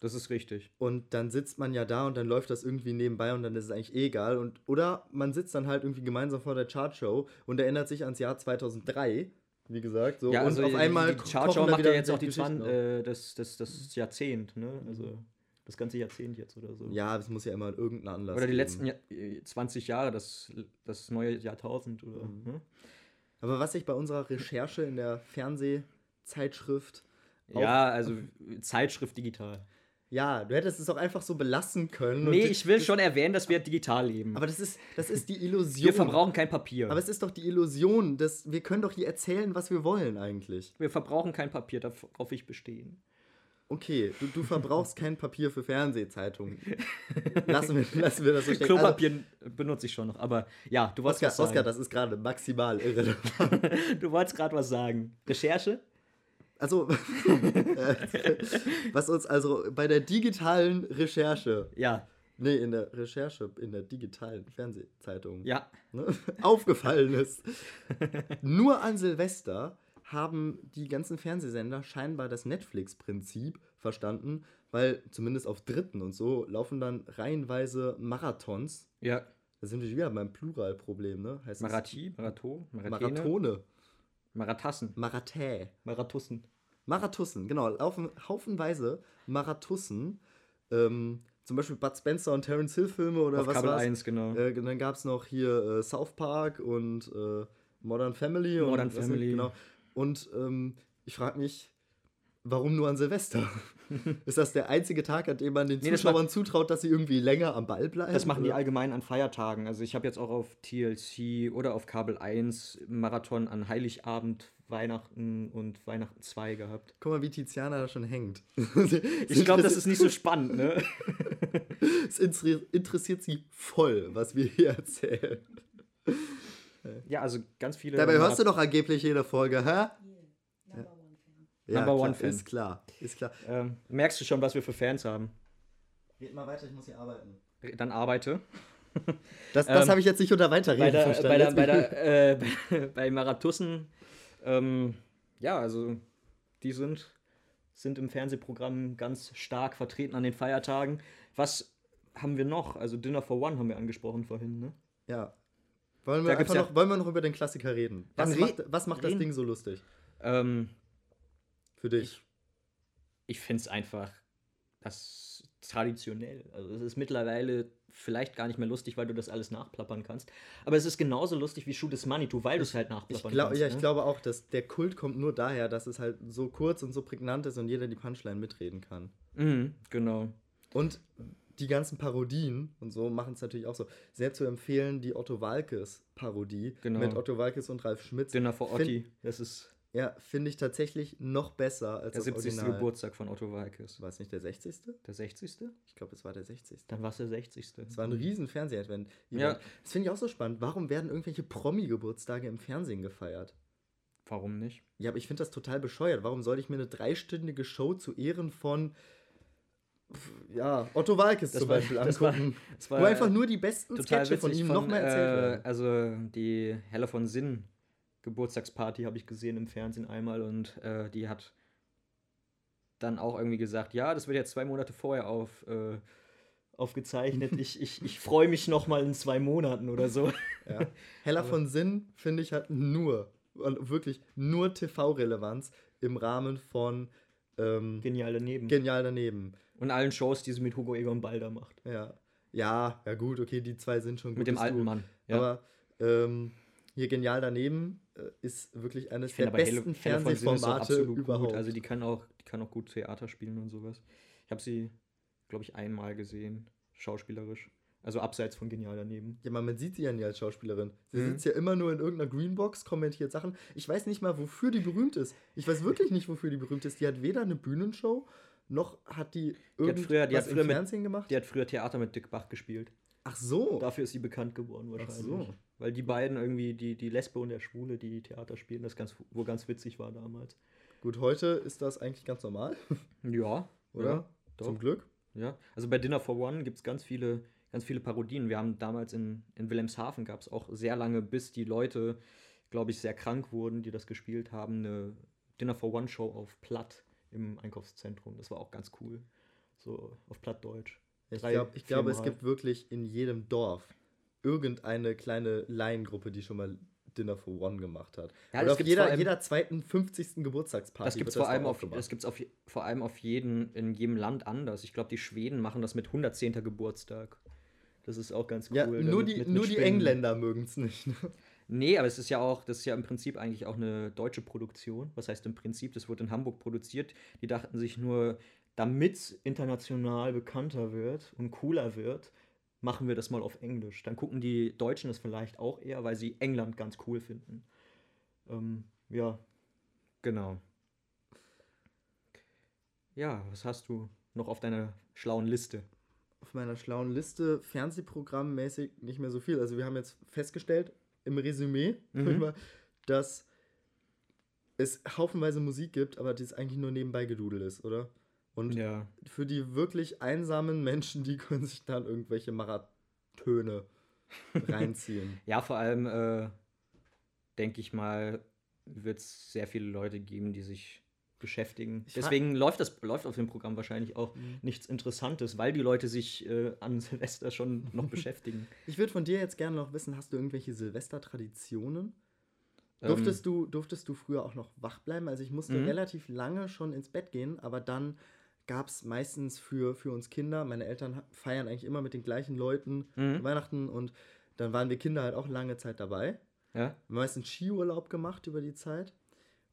[SPEAKER 2] das ist richtig.
[SPEAKER 3] Und dann sitzt man ja da und dann läuft das irgendwie nebenbei und dann ist es eigentlich eh egal. Und, oder man sitzt dann halt irgendwie gemeinsam vor der Chartshow und erinnert sich ans Jahr 2003, wie gesagt. So.
[SPEAKER 2] ja,
[SPEAKER 3] und
[SPEAKER 2] also
[SPEAKER 3] auf einmal
[SPEAKER 2] die
[SPEAKER 3] kochen
[SPEAKER 2] Chartshow
[SPEAKER 3] da
[SPEAKER 2] macht ja
[SPEAKER 3] wieder
[SPEAKER 2] jetzt auch die
[SPEAKER 3] Geschichten
[SPEAKER 2] 20,
[SPEAKER 3] auf. Mhm.
[SPEAKER 2] äh, das, das, das Jahrzehnt, ne? Also das ganze Jahrzehnt jetzt oder so.
[SPEAKER 3] Ja, das muss ja immer irgendeinen Anlass
[SPEAKER 2] oder die
[SPEAKER 3] geben.
[SPEAKER 2] letzten Jahr, äh, 20 Jahre, das, das neue Jahrtausend oder.
[SPEAKER 3] Mhm.
[SPEAKER 2] ne?
[SPEAKER 3] Aber was ich bei unserer Recherche in der Fernsehzeitschrift. auf-
[SPEAKER 2] Ja, also äh, Zeitschrift digital.
[SPEAKER 3] Ja, du hättest es auch einfach so belassen können. und
[SPEAKER 2] Nee,
[SPEAKER 3] die-
[SPEAKER 2] ich will schon erwähnen, dass wir digital leben.
[SPEAKER 3] Aber das ist, das ist die Illusion.
[SPEAKER 2] wir verbrauchen kein Papier.
[SPEAKER 3] Aber es ist doch die Illusion, dass wir können doch hier erzählen, was wir wollen eigentlich.
[SPEAKER 2] wir verbrauchen kein Papier, darauf ich bestehen.
[SPEAKER 3] Okay, du, du verbrauchst kein Papier für Fernsehzeitungen. Lassen wir, lassen wir das so stehen.
[SPEAKER 2] Klopapier benutze ich schon noch, aber ja, du wolltest
[SPEAKER 3] Also,
[SPEAKER 2] was
[SPEAKER 3] Oscar, Oscar,
[SPEAKER 2] sagen.
[SPEAKER 3] das ist gerade maximal irrelevant.
[SPEAKER 2] du wolltest gerade was sagen. Recherche?
[SPEAKER 3] Also, äh, was uns also bei der digitalen Recherche,
[SPEAKER 2] Ja,
[SPEAKER 3] nee, in der Recherche, in der digitalen Fernsehzeitung
[SPEAKER 2] ja.
[SPEAKER 3] ne, aufgefallen ist. Nur an Silvester haben die ganzen Fernsehsender scheinbar das Netflix-Prinzip verstanden, weil zumindest auf Dritten und so laufen dann reihenweise Marathons.
[SPEAKER 2] Ja,
[SPEAKER 3] Da sind wir wieder beim Pluralproblem, ne? Heißt es-
[SPEAKER 2] Marathi, Marathon, Marathon,
[SPEAKER 3] Marathone.
[SPEAKER 2] Maratassen,
[SPEAKER 3] Marathä.
[SPEAKER 2] Maratussen.
[SPEAKER 3] Marathussen, genau. Laufen haufenweise Marathussen. Ähm, zum Beispiel Bud Spencer und Terence Hill Filme oder
[SPEAKER 2] Auf
[SPEAKER 3] was
[SPEAKER 2] Kabel
[SPEAKER 3] war's?
[SPEAKER 2] 1, genau.
[SPEAKER 3] Äh, dann gab es noch hier äh, South Park und äh, Modern Family.
[SPEAKER 2] Modern
[SPEAKER 3] und, was
[SPEAKER 2] Family.
[SPEAKER 3] Sind, genau. Und ähm, ich frage mich, warum nur an Silvester? Ist das der einzige Tag, an dem man den
[SPEAKER 2] Nee, das
[SPEAKER 3] Zuschauern zutraut, dass sie irgendwie länger am Ball bleiben?
[SPEAKER 2] Das machen die
[SPEAKER 3] Oder-
[SPEAKER 2] allgemein an Feiertagen. Also ich habe jetzt auch auf TLC oder auf Kabel 1 Marathon an Heiligabend, Weihnachten und Weihnachten 2 gehabt.
[SPEAKER 3] Guck mal, wie Tiziana da schon hängt.
[SPEAKER 2] Ich glaube, das ist nicht so spannend, ne?
[SPEAKER 3] Es inter- interessiert sie voll, was wir hier erzählen.
[SPEAKER 2] Ja, also ganz viele.
[SPEAKER 3] Dabei hörst du doch angeblich jede Folge, hä?
[SPEAKER 4] Number one fan.
[SPEAKER 3] Ja,
[SPEAKER 2] Number
[SPEAKER 3] klar,
[SPEAKER 2] one Fan.
[SPEAKER 3] Ist klar, ist klar.
[SPEAKER 2] Ähm, merkst du schon, was wir für Fans haben?
[SPEAKER 3] Red mal weiter, ich muss hier arbeiten.
[SPEAKER 2] Dann arbeite.
[SPEAKER 3] Das, das
[SPEAKER 2] Ähm,
[SPEAKER 3] habe ich jetzt nicht unter Weiterreden
[SPEAKER 2] bei der,
[SPEAKER 3] verstanden.
[SPEAKER 2] bei der,
[SPEAKER 3] Jetzt
[SPEAKER 2] bei,
[SPEAKER 3] bin ich-
[SPEAKER 2] der, äh, bei, bei Maratussen, ähm, ja, also die sind, sind im Fernsehprogramm ganz stark vertreten an den Feiertagen. Was haben wir noch? Also Dinner for One haben wir angesprochen vorhin, ne?
[SPEAKER 3] Ja. Wollen
[SPEAKER 2] Da
[SPEAKER 3] wir,
[SPEAKER 2] gibt's
[SPEAKER 3] einfach
[SPEAKER 2] ja-
[SPEAKER 3] noch, wollen wir noch über den Klassiker reden? Was,
[SPEAKER 2] Dann
[SPEAKER 3] macht,
[SPEAKER 2] red-
[SPEAKER 3] was macht das
[SPEAKER 2] reden.
[SPEAKER 3] Ding so lustig
[SPEAKER 2] Ähm,
[SPEAKER 3] für dich?
[SPEAKER 2] ich finde es einfach das traditionell. Also es ist mittlerweile vielleicht gar nicht mehr lustig, weil du das alles nachplappern kannst. Aber es ist genauso lustig wie Shoot is Money, du, weil du es halt
[SPEAKER 3] Ich,
[SPEAKER 2] nachplappern
[SPEAKER 3] glaub,
[SPEAKER 2] kannst.
[SPEAKER 3] ja, ich
[SPEAKER 2] ne?
[SPEAKER 3] glaube auch, dass der Kult kommt nur daher, dass es halt so kurz und so prägnant ist und jeder die Punchline mitreden kann.
[SPEAKER 2] Mhm, genau.
[SPEAKER 3] Und die ganzen Parodien und so machen es natürlich auch so. Sehr zu empfehlen, die Otto Walkes-Parodie
[SPEAKER 2] Genau.
[SPEAKER 3] mit Otto Walkes und Ralf Schmitz.
[SPEAKER 2] Dinner for
[SPEAKER 3] Find-
[SPEAKER 2] Otti. Das ist
[SPEAKER 3] Ja, finde ich tatsächlich noch besser als
[SPEAKER 2] der 70.
[SPEAKER 3] Original.
[SPEAKER 2] Geburtstag von Otto Walkes.
[SPEAKER 3] War es nicht der 60.?
[SPEAKER 2] Der 60.?
[SPEAKER 3] Ich glaube, es war der 60.
[SPEAKER 2] Dann war es der 60.
[SPEAKER 3] Es war ein riesen Fernseh-Event.
[SPEAKER 2] Ja.
[SPEAKER 3] Das finde ich auch so spannend. Warum werden irgendwelche Promi-Geburtstage im Fernsehen gefeiert?
[SPEAKER 2] Warum nicht?
[SPEAKER 3] Ja, aber ich finde das total bescheuert. Warum sollte ich mir eine dreistündige Show zu Ehren von pf, ja, Otto Walkes
[SPEAKER 2] Das
[SPEAKER 3] zum
[SPEAKER 2] war-
[SPEAKER 3] Beispiel
[SPEAKER 2] das war-
[SPEAKER 3] angucken?
[SPEAKER 2] Es
[SPEAKER 3] wo einfach nur die besten Sketche von ihm nochmal erzählt
[SPEAKER 2] äh,
[SPEAKER 3] werden.
[SPEAKER 2] Also die Helle von Sinn Geburtstagsparty habe ich gesehen im Fernsehen einmal und äh, die hat dann auch irgendwie gesagt, ja, das wird jetzt zwei Monate vorher auf, äh, aufgezeichnet. Ich, ich, ich freue mich nochmal in zwei Monaten oder so.
[SPEAKER 3] Ja. Hella von Sinn, finde ich, hat nur, und wirklich nur TV-Relevanz im Rahmen von ähm,
[SPEAKER 2] Genial daneben.
[SPEAKER 3] Genial daneben.
[SPEAKER 2] und allen Shows, die sie mit Hugo Egon Balder macht.
[SPEAKER 3] Ja. Ja, ja gut, okay, die zwei sind schon
[SPEAKER 2] Mit dem
[SPEAKER 3] gutes
[SPEAKER 2] alten
[SPEAKER 3] Duo.
[SPEAKER 2] Mann. Ja.
[SPEAKER 3] Aber ähm, Hier genial daneben äh, ist wirklich eines
[SPEAKER 2] Ich
[SPEAKER 3] der
[SPEAKER 2] finde aber Helle,
[SPEAKER 3] besten
[SPEAKER 2] Helle von Sinn ist auch
[SPEAKER 3] Fernsehformate
[SPEAKER 2] absolut
[SPEAKER 3] überhaupt.
[SPEAKER 2] gut. Also die kann auch, die kann auch gut Theater spielen und sowas. Ich habe sie, glaube ich, einmal gesehen, schauspielerisch. Also abseits von Genial daneben.
[SPEAKER 3] Ja, man man sieht sie ja nie als Schauspielerin. Sie
[SPEAKER 2] Mhm.
[SPEAKER 3] sitzt ja immer nur in irgendeiner Greenbox, kommentiert Sachen. Ich weiß nicht mal, wofür die berühmt ist. Ich weiß wirklich nicht, wofür die berühmt ist. Die hat weder eine Bühnenshow, noch hat
[SPEAKER 2] Die
[SPEAKER 3] die
[SPEAKER 2] hat
[SPEAKER 3] irgendwas
[SPEAKER 2] früher- die hat früher
[SPEAKER 3] im
[SPEAKER 2] mit-
[SPEAKER 3] Fernsehen gemacht.
[SPEAKER 2] Die hat früher Theater mit Dick Bach gespielt.
[SPEAKER 3] Ach so.
[SPEAKER 2] Dafür ist sie bekannt geworden wahrscheinlich.
[SPEAKER 3] Oh. so.
[SPEAKER 2] Weil die beiden irgendwie, die, die Lesbe und der Schwule, die Theater spielen, das ganz, wo ganz witzig war damals.
[SPEAKER 3] Gut, heute ist das eigentlich ganz normal,
[SPEAKER 2] Ja,
[SPEAKER 3] oder?
[SPEAKER 2] Ja, doch.
[SPEAKER 3] Zum Glück.
[SPEAKER 2] Ja, also bei Dinner for One gibt es ganz viele, ganz viele Parodien. Wir haben damals in, in Wilhelmshaven gab es auch sehr lange, bis die Leute, glaube ich, sehr krank wurden, die das gespielt haben, eine Dinner for One Show auf Platt im Einkaufszentrum. Das war auch ganz cool. So auf Plattdeutsch.
[SPEAKER 3] Ich,
[SPEAKER 2] Drei,
[SPEAKER 3] glaub, ich glaube, es
[SPEAKER 2] viermal.
[SPEAKER 3] gibt wirklich in jedem Dorf irgendeine kleine Laiengruppe, die schon mal Dinner for One gemacht hat.
[SPEAKER 2] Ja,
[SPEAKER 3] Oder
[SPEAKER 2] das
[SPEAKER 3] auf
[SPEAKER 2] gibt's
[SPEAKER 3] jeder,
[SPEAKER 2] vor allem-
[SPEAKER 3] jeder zweiten 50. Geburtstagsparty.
[SPEAKER 2] Das gibt es
[SPEAKER 3] wird
[SPEAKER 2] vor, allem
[SPEAKER 3] doch
[SPEAKER 2] auf,
[SPEAKER 3] aufgemacht.
[SPEAKER 2] das gibt's auf, je- vor allem auf jeden, in jedem Land anders. Ich glaube, die Schweden machen das mit 110. Geburtstag. Das ist auch ganz cool.
[SPEAKER 3] ja,
[SPEAKER 2] Dann
[SPEAKER 3] nur
[SPEAKER 2] mit-
[SPEAKER 3] die,
[SPEAKER 2] mit- mit
[SPEAKER 3] nur die
[SPEAKER 2] Spenden.
[SPEAKER 3] Engländer mögen es nicht. Ne?
[SPEAKER 2] Nee, aber es ist ja auch, das ist ja im Prinzip eigentlich auch eine deutsche Produktion. Was heißt im Prinzip? Das wurde in Hamburg produziert. Die dachten sich nur, damit es international bekannter wird und cooler wird, machen wir das mal auf Englisch. Dann gucken die Deutschen das vielleicht auch eher, weil sie England ganz cool finden. Ähm, ja, genau. Ja, was hast du noch auf deiner schlauen Liste?
[SPEAKER 3] auf meiner schlauen Liste Fernsehprogrammmäßig nicht mehr so viel. Also wir haben jetzt festgestellt im Resümee,
[SPEAKER 2] Mhm.
[SPEAKER 3] sag ich mal, dass es haufenweise Musik gibt, aber die ist eigentlich nur nebenbei gedudelt ist, oder? Und
[SPEAKER 2] Ja.
[SPEAKER 3] für die wirklich einsamen Menschen, die können sich dann irgendwelche Marathöne reinziehen.
[SPEAKER 2] Ja, vor allem, äh, denke ich mal, wird es sehr viele Leute geben, die sich beschäftigen.
[SPEAKER 3] Ich fra-
[SPEAKER 2] Deswegen läuft das läuft auf dem Programm wahrscheinlich auch nichts Interessantes, weil die Leute sich äh, an Silvester schon noch beschäftigen.
[SPEAKER 3] Ich würde von dir jetzt gerne noch wissen, hast du irgendwelche Silvestertraditionen?
[SPEAKER 2] Ähm,
[SPEAKER 3] Durftest, du, durftest du früher auch noch wach bleiben? Also ich musste
[SPEAKER 2] Mhm.
[SPEAKER 3] relativ lange schon ins Bett gehen, aber dann gab es meistens für, für uns Kinder, meine Eltern ha- feiern eigentlich immer mit den gleichen Leuten
[SPEAKER 2] Mhm.
[SPEAKER 3] Weihnachten und dann waren wir Kinder halt auch lange Zeit dabei.
[SPEAKER 2] Ja?
[SPEAKER 3] Wir haben meistens Skiurlaub gemacht über die Zeit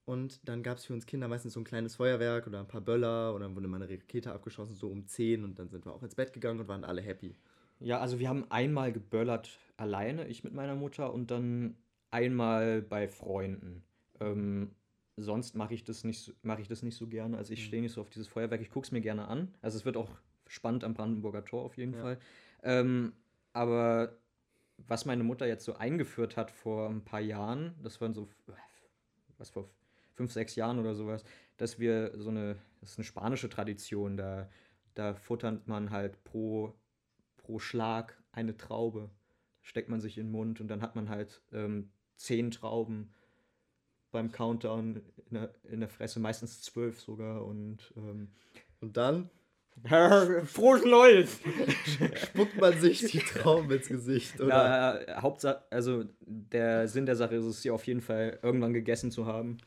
[SPEAKER 3] und dann gab es für uns Kinder meistens so ein kleines Feuerwerk oder ein paar Böller und dann wurde mal eine Rakete abgeschossen, so um 10 und dann sind wir auch ins Bett gegangen und waren alle happy.
[SPEAKER 2] ja, also wir haben einmal geböllert alleine, ich mit meiner Mutter, und dann einmal bei Freunden. Ähm, sonst mache ich das nicht so- mache ich das nicht so gerne. Also ich
[SPEAKER 3] Mhm.
[SPEAKER 2] stehe nicht so auf dieses Feuerwerk. Ich gucke es mir gerne an. Also es wird auch spannend am Brandenburger Tor auf jeden
[SPEAKER 3] Ja.
[SPEAKER 2] Fall. Ähm, aber was meine Mutter jetzt so eingeführt hat vor ein paar Jahren, das waren so äh, was vor fünf, sechs Jahren oder sowas, dass wir so eine, das ist eine spanische Tradition, da, da futtert man halt pro, pro Schlag eine Traube, steckt man sich in den Mund und dann hat man halt ähm, zehn Trauben beim Countdown in der, in der Fresse, meistens zwölf sogar und ähm,
[SPEAKER 3] Und dann
[SPEAKER 2] frohes Neues!
[SPEAKER 3] spuckt man sich die Trauben ins Gesicht, oder?
[SPEAKER 2] Ja, äh, Hauptsache, also der Sinn der Sache ist es, sie auf jeden Fall irgendwann gegessen zu haben,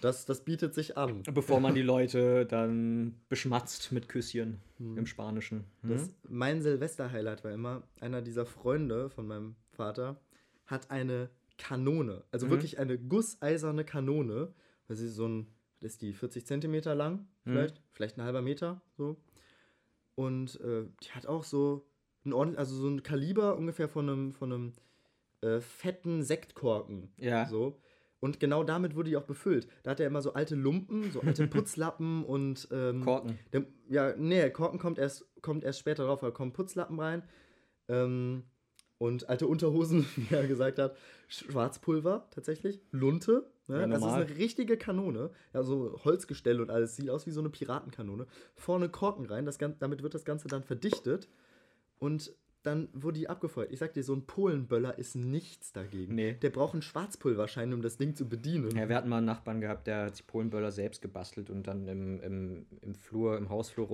[SPEAKER 3] Das, das bietet sich an.
[SPEAKER 2] bevor man die Leute dann beschmatzt mit Küsschen im Spanischen. Hm?
[SPEAKER 3] Das, mein Silvester-Highlight war immer, einer dieser Freunde von meinem Vater hat eine Kanone, also
[SPEAKER 2] Mhm.
[SPEAKER 3] wirklich eine gusseiserne Kanone. Das ist so ein, das ist die 40 Zentimeter lang,
[SPEAKER 2] Mhm.
[SPEAKER 3] vielleicht, vielleicht ein halber Meter, so. Und äh, die hat auch so ein ordentlich, also so ein Kaliber ungefähr von einem, von einem äh, fetten Sektkorken.
[SPEAKER 2] ja.
[SPEAKER 3] So. Und genau damit wurde die auch befüllt. Da hat er immer so alte Lumpen, so alte Putzlappen und ähm,
[SPEAKER 2] Korken.
[SPEAKER 3] der, ja, nee, Korken kommt erst, kommt erst später drauf, da kommen Putzlappen rein. Ähm, und alte Unterhosen, wie er gesagt hat, Schwarzpulver tatsächlich, Lunte. Ne?
[SPEAKER 2] Ja,
[SPEAKER 3] das ist
[SPEAKER 2] normal.
[SPEAKER 3] eine richtige Kanone. Ja, so Holzgestell und alles, sieht aus wie so eine Piratenkanone. Vorne Korken rein, das, Gan- damit wird das Ganze dann verdichtet. Und dann wurde die abgefeuert. Ich sag dir, so ein Polenböller ist nichts dagegen.
[SPEAKER 2] Nee.
[SPEAKER 3] Der braucht einen Schwarzpulverschein, um das Ding zu bedienen.
[SPEAKER 2] Ja, wir hatten mal einen Nachbarn gehabt, der hat sich Polenböller selbst gebastelt und dann im, im, im Flur, im Hausflur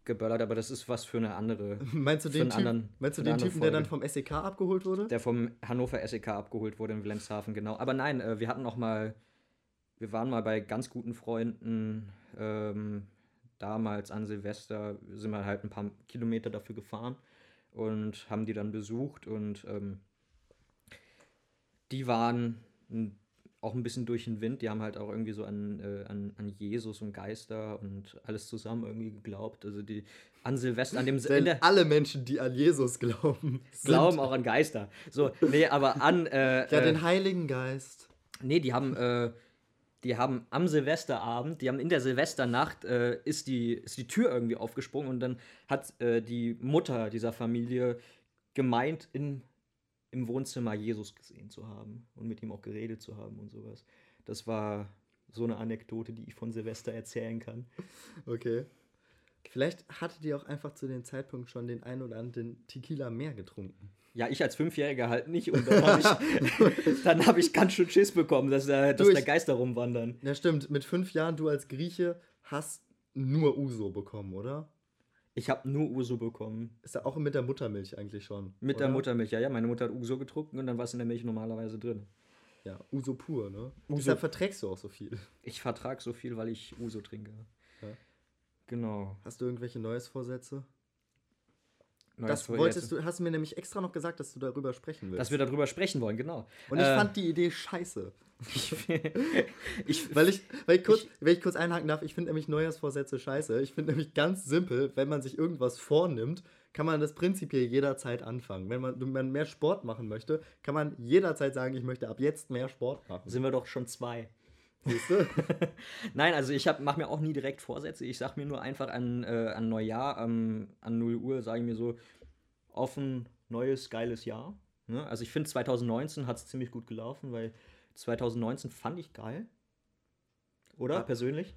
[SPEAKER 2] rumgeböllert, aber das ist was für eine andere,
[SPEAKER 3] Meinst du
[SPEAKER 2] Für
[SPEAKER 3] den,
[SPEAKER 2] einen
[SPEAKER 3] Typ,
[SPEAKER 2] anderen-
[SPEAKER 3] meinst du
[SPEAKER 2] für eine
[SPEAKER 3] den
[SPEAKER 2] andere
[SPEAKER 3] Typen, der dann
[SPEAKER 2] Folge.
[SPEAKER 3] vom SEK abgeholt wurde?
[SPEAKER 2] der vom Hannover SEK abgeholt wurde in Wilhelmshaven, genau. Aber nein, äh, wir hatten auch mal, wir waren mal bei ganz guten Freunden ähm, damals an Silvester, sind wir halt ein paar Kilometer dafür gefahren und haben die dann besucht und ähm, die waren n- auch ein bisschen durch den Wind. Die haben halt auch irgendwie so an, äh, an, an Jesus und Geister und alles zusammen irgendwie geglaubt. Also die an Silvester, an dem in
[SPEAKER 3] Denn
[SPEAKER 2] der,
[SPEAKER 3] alle Menschen, die an Jesus glauben, sind-
[SPEAKER 2] glauben auch an Geister. So, nee, aber an. Äh,
[SPEAKER 3] Ja,
[SPEAKER 2] äh,
[SPEAKER 3] den Heiligen Geist.
[SPEAKER 2] Nee, die haben, äh, die haben am Silvesterabend, die haben in der Silvesternacht, äh, ist, die, ist die Tür irgendwie aufgesprungen und dann hat äh, die Mutter dieser Familie gemeint, in, im Wohnzimmer Jesus gesehen zu haben und mit ihm auch geredet zu haben und sowas. Das war so eine Anekdote, die ich von Silvester erzählen kann.
[SPEAKER 3] Okay. Vielleicht hatte die auch einfach zu dem Zeitpunkt schon den ein oder anderen Tequila mehr getrunken.
[SPEAKER 2] Ja, ich als Fünfjähriger halt nicht und dann habe ich, dann hab ich ganz schön Schiss bekommen, dass, äh, dass
[SPEAKER 3] Du,
[SPEAKER 2] da
[SPEAKER 3] ich-
[SPEAKER 2] Geister rumwandern.
[SPEAKER 3] Ja, stimmt. Mit fünf Jahren, du als Grieche, hast nur Uso bekommen, oder?
[SPEAKER 2] Ich habe nur Uso bekommen.
[SPEAKER 3] Ist ja auch mit der Muttermilch eigentlich schon.
[SPEAKER 2] Mit der
[SPEAKER 3] oder?
[SPEAKER 2] Muttermilch, ja, ja. Meine Mutter hat Uso getrunken und dann war es in der Milch normalerweise drin.
[SPEAKER 3] Ja, Uso pur, ne?
[SPEAKER 2] Uso.
[SPEAKER 3] Deshalb verträgst du auch so viel.
[SPEAKER 2] Ich vertrage so viel, weil ich Uso trinke.
[SPEAKER 3] Ja.
[SPEAKER 2] Genau.
[SPEAKER 3] Hast du irgendwelche neues Vorsätze?
[SPEAKER 2] Neues
[SPEAKER 3] das
[SPEAKER 2] Projekt.
[SPEAKER 3] wolltest du, hast du mir nämlich extra noch gesagt, dass du darüber sprechen willst.
[SPEAKER 2] Dass wir darüber sprechen wollen, genau.
[SPEAKER 3] Und ich
[SPEAKER 2] Äh,
[SPEAKER 3] fand die Idee scheiße.
[SPEAKER 2] ich,
[SPEAKER 3] Weil ich, weil ich, kurz, wenn ich kurz einhaken darf, ich finde nämlich Neujahrsvorsätze scheiße. Ich finde nämlich ganz simpel, wenn man sich irgendwas vornimmt, kann man das prinzipiell jederzeit anfangen. Wenn man, wenn man mehr Sport machen möchte, kann man jederzeit sagen, ich möchte ab jetzt mehr Sport machen.
[SPEAKER 2] sind wir doch schon zwei.
[SPEAKER 3] Genau. Siehst du?
[SPEAKER 2] Nein, also ich mache mir auch nie direkt Vorsätze. Ich sage mir nur einfach an, äh, an Neujahr, ähm, an 0 Uhr, sage ich mir so, auf ein neues, geiles Jahr. Ne? Also ich finde 2019 hat es ziemlich gut gelaufen, weil 2019 fand ich geil. Oder?
[SPEAKER 3] Ja.
[SPEAKER 2] Persönlich?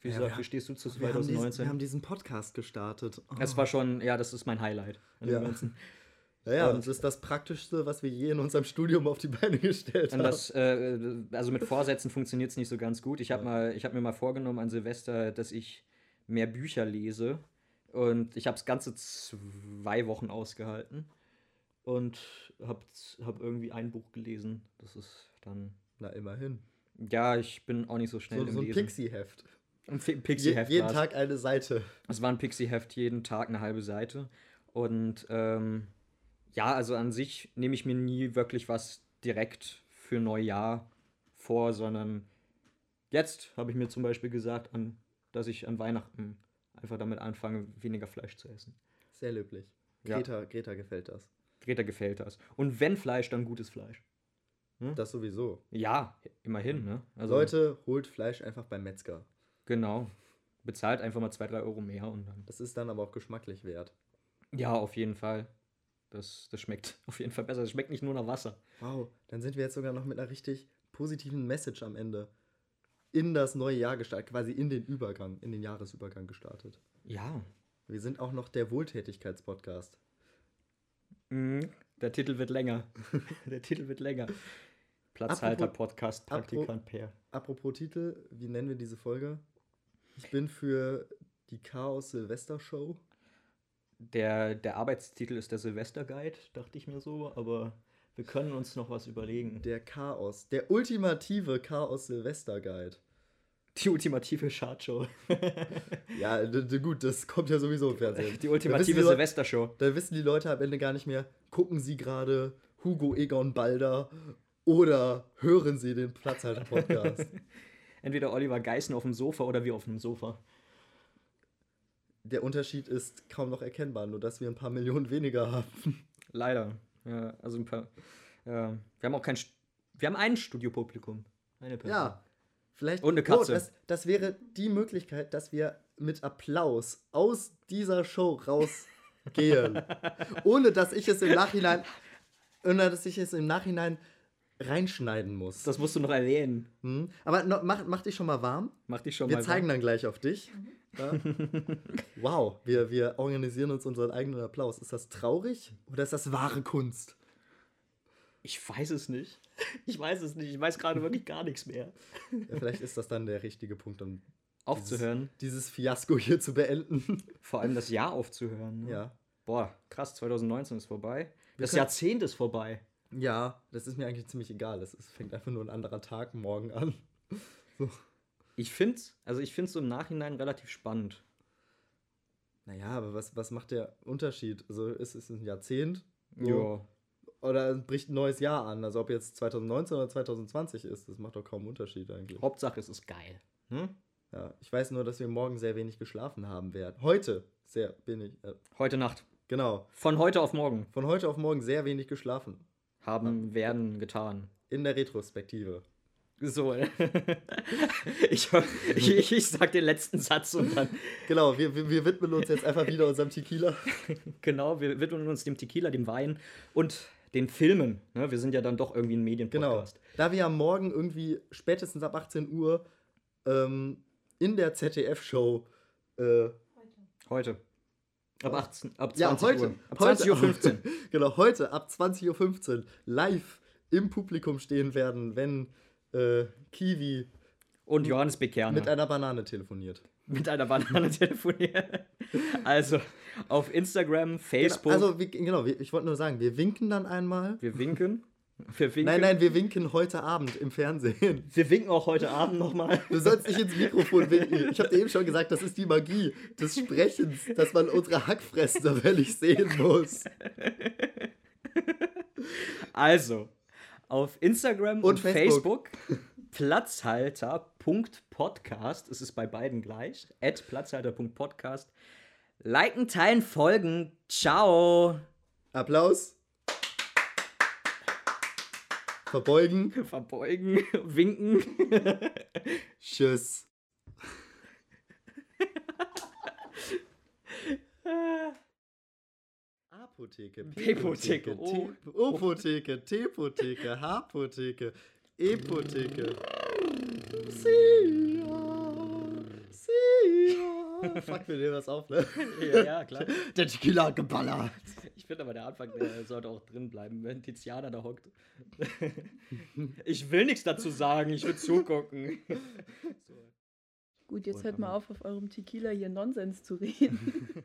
[SPEAKER 2] Wie,
[SPEAKER 3] Ja,
[SPEAKER 2] gesagt,
[SPEAKER 3] wir-
[SPEAKER 2] wie stehst du zu
[SPEAKER 3] Wir haben, diesen,
[SPEAKER 2] 2019?
[SPEAKER 3] wir haben diesen Podcast gestartet. Oh.
[SPEAKER 2] das war schon, ja, das ist mein Highlight. an dem
[SPEAKER 3] Ja.
[SPEAKER 2] Ganzen.
[SPEAKER 3] ja, ja,
[SPEAKER 2] und-
[SPEAKER 3] das ist das Praktischste, was wir je in unserem Studium auf die Beine gestellt
[SPEAKER 2] Und
[SPEAKER 3] haben.
[SPEAKER 2] das, äh, also mit Vorsätzen funktioniert es nicht so ganz gut. Ich habe
[SPEAKER 3] Ja.
[SPEAKER 2] mal, ich habe mir mal vorgenommen an Silvester, dass ich mehr Bücher lese. Und ich habe es ganze zwei Wochen ausgehalten und habe hab irgendwie ein Buch gelesen. Das ist dann.
[SPEAKER 3] Na, immerhin.
[SPEAKER 2] Ja, ich bin auch nicht so schnell
[SPEAKER 3] So,
[SPEAKER 2] im
[SPEAKER 3] so ein
[SPEAKER 2] Lesen.
[SPEAKER 3] Pixie-Heft.
[SPEAKER 2] ein Fi-
[SPEAKER 3] Je,
[SPEAKER 2] Pixie-Heft.
[SPEAKER 3] jeden
[SPEAKER 2] war's.
[SPEAKER 3] Tag eine Seite.
[SPEAKER 2] Es war ein Pixie-Heft, jeden Tag eine halbe Seite. Und ähm, ja, also an sich nehme ich mir nie wirklich was direkt für Neujahr vor, sondern jetzt habe ich mir zum Beispiel gesagt, an, dass ich an Weihnachten einfach damit anfange, weniger Fleisch zu essen.
[SPEAKER 3] Sehr löblich.
[SPEAKER 2] Ja.
[SPEAKER 3] Greta, Greta gefällt das.
[SPEAKER 2] Greta gefällt das. Und wenn Fleisch, dann gutes Fleisch.
[SPEAKER 3] Das sowieso.
[SPEAKER 2] Ja, immerhin, ne? Also,
[SPEAKER 3] Leute, holt Fleisch einfach beim Metzger.
[SPEAKER 2] Genau. Bezahlt einfach mal zwei, drei Euro mehr und dann.
[SPEAKER 3] Das ist dann aber auch geschmacklich wert.
[SPEAKER 2] Ja, auf jeden Fall. Das, das schmeckt auf jeden Fall besser. Das schmeckt nicht nur nach Wasser.
[SPEAKER 3] Wow, dann sind wir jetzt sogar noch mit einer richtig positiven Message am Ende in das neue Jahr gestartet, quasi in den Übergang, in den Jahresübergang gestartet.
[SPEAKER 2] Ja.
[SPEAKER 3] Wir sind auch noch der Wohltätigkeitspodcast.
[SPEAKER 2] Mhm. Der Titel wird länger. Der Titel wird länger. Platzhalter Podcast Praktikant Per.
[SPEAKER 3] Apropos Titel, wie nennen wir diese Folge? Ich bin für die Chaos Silvester Show.
[SPEAKER 2] Der, der Arbeitstitel ist der Silvester Guide, dachte ich mir so, aber wir können uns noch was überlegen.
[SPEAKER 3] Der Chaos, der ultimative Chaos Silvester Guide.
[SPEAKER 2] Die ultimative Chartshow.
[SPEAKER 3] Ja, d- d- gut, das kommt ja sowieso im Fernsehen.
[SPEAKER 2] Die
[SPEAKER 3] Da wissen
[SPEAKER 2] ultimative
[SPEAKER 3] die Leute-
[SPEAKER 2] Silvestershow.
[SPEAKER 3] Da wissen die Leute am Ende gar nicht mehr, gucken sie gerade Hugo Egon Balder oder hören sie den Platzhalter-Podcast.
[SPEAKER 2] Entweder Oliver Geißen auf dem Sofa oder wir auf dem Sofa.
[SPEAKER 3] Der Unterschied ist kaum noch erkennbar, nur dass wir ein paar Millionen weniger haben.
[SPEAKER 2] Leider. Ja, also ein paar. Ja. wir haben auch kein. St- Wir haben ein Studiopublikum. Eine Person.
[SPEAKER 3] Ja, vielleicht.
[SPEAKER 2] Und eine Katze.
[SPEAKER 3] Oh, das, das wäre die Möglichkeit, dass wir mit Applaus aus dieser Show rausgehen. ohne dass ich es im Nachhinein, ohne dass ich es im Nachhinein reinschneiden muss.
[SPEAKER 2] Das musst du noch erwähnen.
[SPEAKER 3] Hm? Aber no, mach, mach dich schon mal warm.
[SPEAKER 2] Mach dich schon
[SPEAKER 3] Wir
[SPEAKER 2] mal.
[SPEAKER 3] zeigen dann gleich auf dich. Ja. wow, wir, wir organisieren uns unseren eigenen Applaus. Ist das traurig oder ist das wahre Kunst?
[SPEAKER 2] Ich weiß es nicht. Ich weiß es nicht. Ich weiß gerade wirklich gar nichts mehr.
[SPEAKER 3] Ja, vielleicht ist das dann der richtige Punkt, um
[SPEAKER 2] Aufzuhören.
[SPEAKER 3] dieses Fiasko hier zu beenden.
[SPEAKER 2] Vor allem das Jahr aufzuhören. Ne?
[SPEAKER 3] ja.
[SPEAKER 2] Boah, krass, 2019 ist vorbei. das
[SPEAKER 3] können-
[SPEAKER 2] Jahrzehnt ist vorbei.
[SPEAKER 3] Ja, das ist mir eigentlich ziemlich egal. Es ist- fängt einfach nur ein anderer Tag morgen an.
[SPEAKER 2] Ich find's, also ich find's so im Nachhinein relativ spannend.
[SPEAKER 3] Naja, aber was, was macht der Unterschied? Also, es ist ein Jahrzehnt.
[SPEAKER 2] Ja.
[SPEAKER 3] So. oder es bricht ein neues Jahr an. Also ob jetzt 2019 oder 2020 ist, das macht doch kaum Unterschied eigentlich.
[SPEAKER 2] Hauptsache, es ist geil. Hm?
[SPEAKER 3] Ja, ich weiß nur, dass wir morgen sehr wenig geschlafen haben werden. Heute sehr wenig. Äh,
[SPEAKER 2] Heute Nacht.
[SPEAKER 3] genau.
[SPEAKER 2] Von heute auf morgen
[SPEAKER 3] Von heute auf morgen sehr wenig geschlafen.
[SPEAKER 2] haben werden getan.
[SPEAKER 3] In der Retrospektive.
[SPEAKER 2] So. ich, ich, ich, ich sag den letzten Satz und dann.
[SPEAKER 3] Genau, wir, wir, wir widmen uns jetzt einfach wieder unserem Tequila.
[SPEAKER 2] Genau, wir widmen uns dem Tequila, dem Wein und den Filmen. Ne? Wir sind ja dann doch irgendwie ein
[SPEAKER 3] Genau.
[SPEAKER 2] Medienpodcast.
[SPEAKER 3] Da wir ja morgen irgendwie spätestens ab 18 Uhr ähm, in der ZDF-Show. Äh,
[SPEAKER 4] Heute.
[SPEAKER 2] Heute. Ab 18, ab 20
[SPEAKER 3] ja, heute.
[SPEAKER 2] Uhr. Ab
[SPEAKER 3] heute-
[SPEAKER 2] 20.15 Uhr.
[SPEAKER 3] genau, heute ab 20.15 Uhr live im Publikum stehen werden, wenn äh, Kiwi
[SPEAKER 2] Und Johannes Bekerner.
[SPEAKER 3] mit einer Banane telefoniert.
[SPEAKER 2] mit einer Banane telefonieren. Also auf Instagram, Facebook.
[SPEAKER 3] Also, wir, genau, wir, ich wollte nur sagen, wir winken dann einmal.
[SPEAKER 2] wir winken. Wir winken.
[SPEAKER 3] Nein, nein, wir winken heute Abend im Fernsehen.
[SPEAKER 2] Wir winken auch heute Abend nochmal.
[SPEAKER 3] Du sollst nicht ins Mikrofon winken. Ich habe dir eben schon gesagt, das ist die Magie des Sprechens, dass man unsere Hackfressen wirklich sehen muss.
[SPEAKER 2] Also auf Instagram und,
[SPEAKER 3] Facebook.
[SPEAKER 2] Facebook, platzhalter.podcast. Es ist bei beiden gleich. At platzhalter.podcast. Liken, teilen, folgen. Ciao.
[SPEAKER 3] Applaus. Verbeugen.
[SPEAKER 2] Verbeugen, winken.
[SPEAKER 3] Tschüss. Apotheke,
[SPEAKER 2] Bibliotheke,
[SPEAKER 3] Bibliotheke,
[SPEAKER 2] oh.
[SPEAKER 3] Opotheke, Tepotheke, Hapotheke, Epotheke. Sia, Sia. Fuck, wir nehmen das auf, ne?
[SPEAKER 2] Ja, ja, klar.
[SPEAKER 3] Der Tequila hat geballert.
[SPEAKER 2] Ich finde aber, der Anfang der sollte auch drin bleiben, wenn Tiziana da hockt. Ich will nichts dazu sagen, ich will zugucken.
[SPEAKER 4] Gut, jetzt hört mal auf, auf eurem Tequila hier Nonsens zu reden.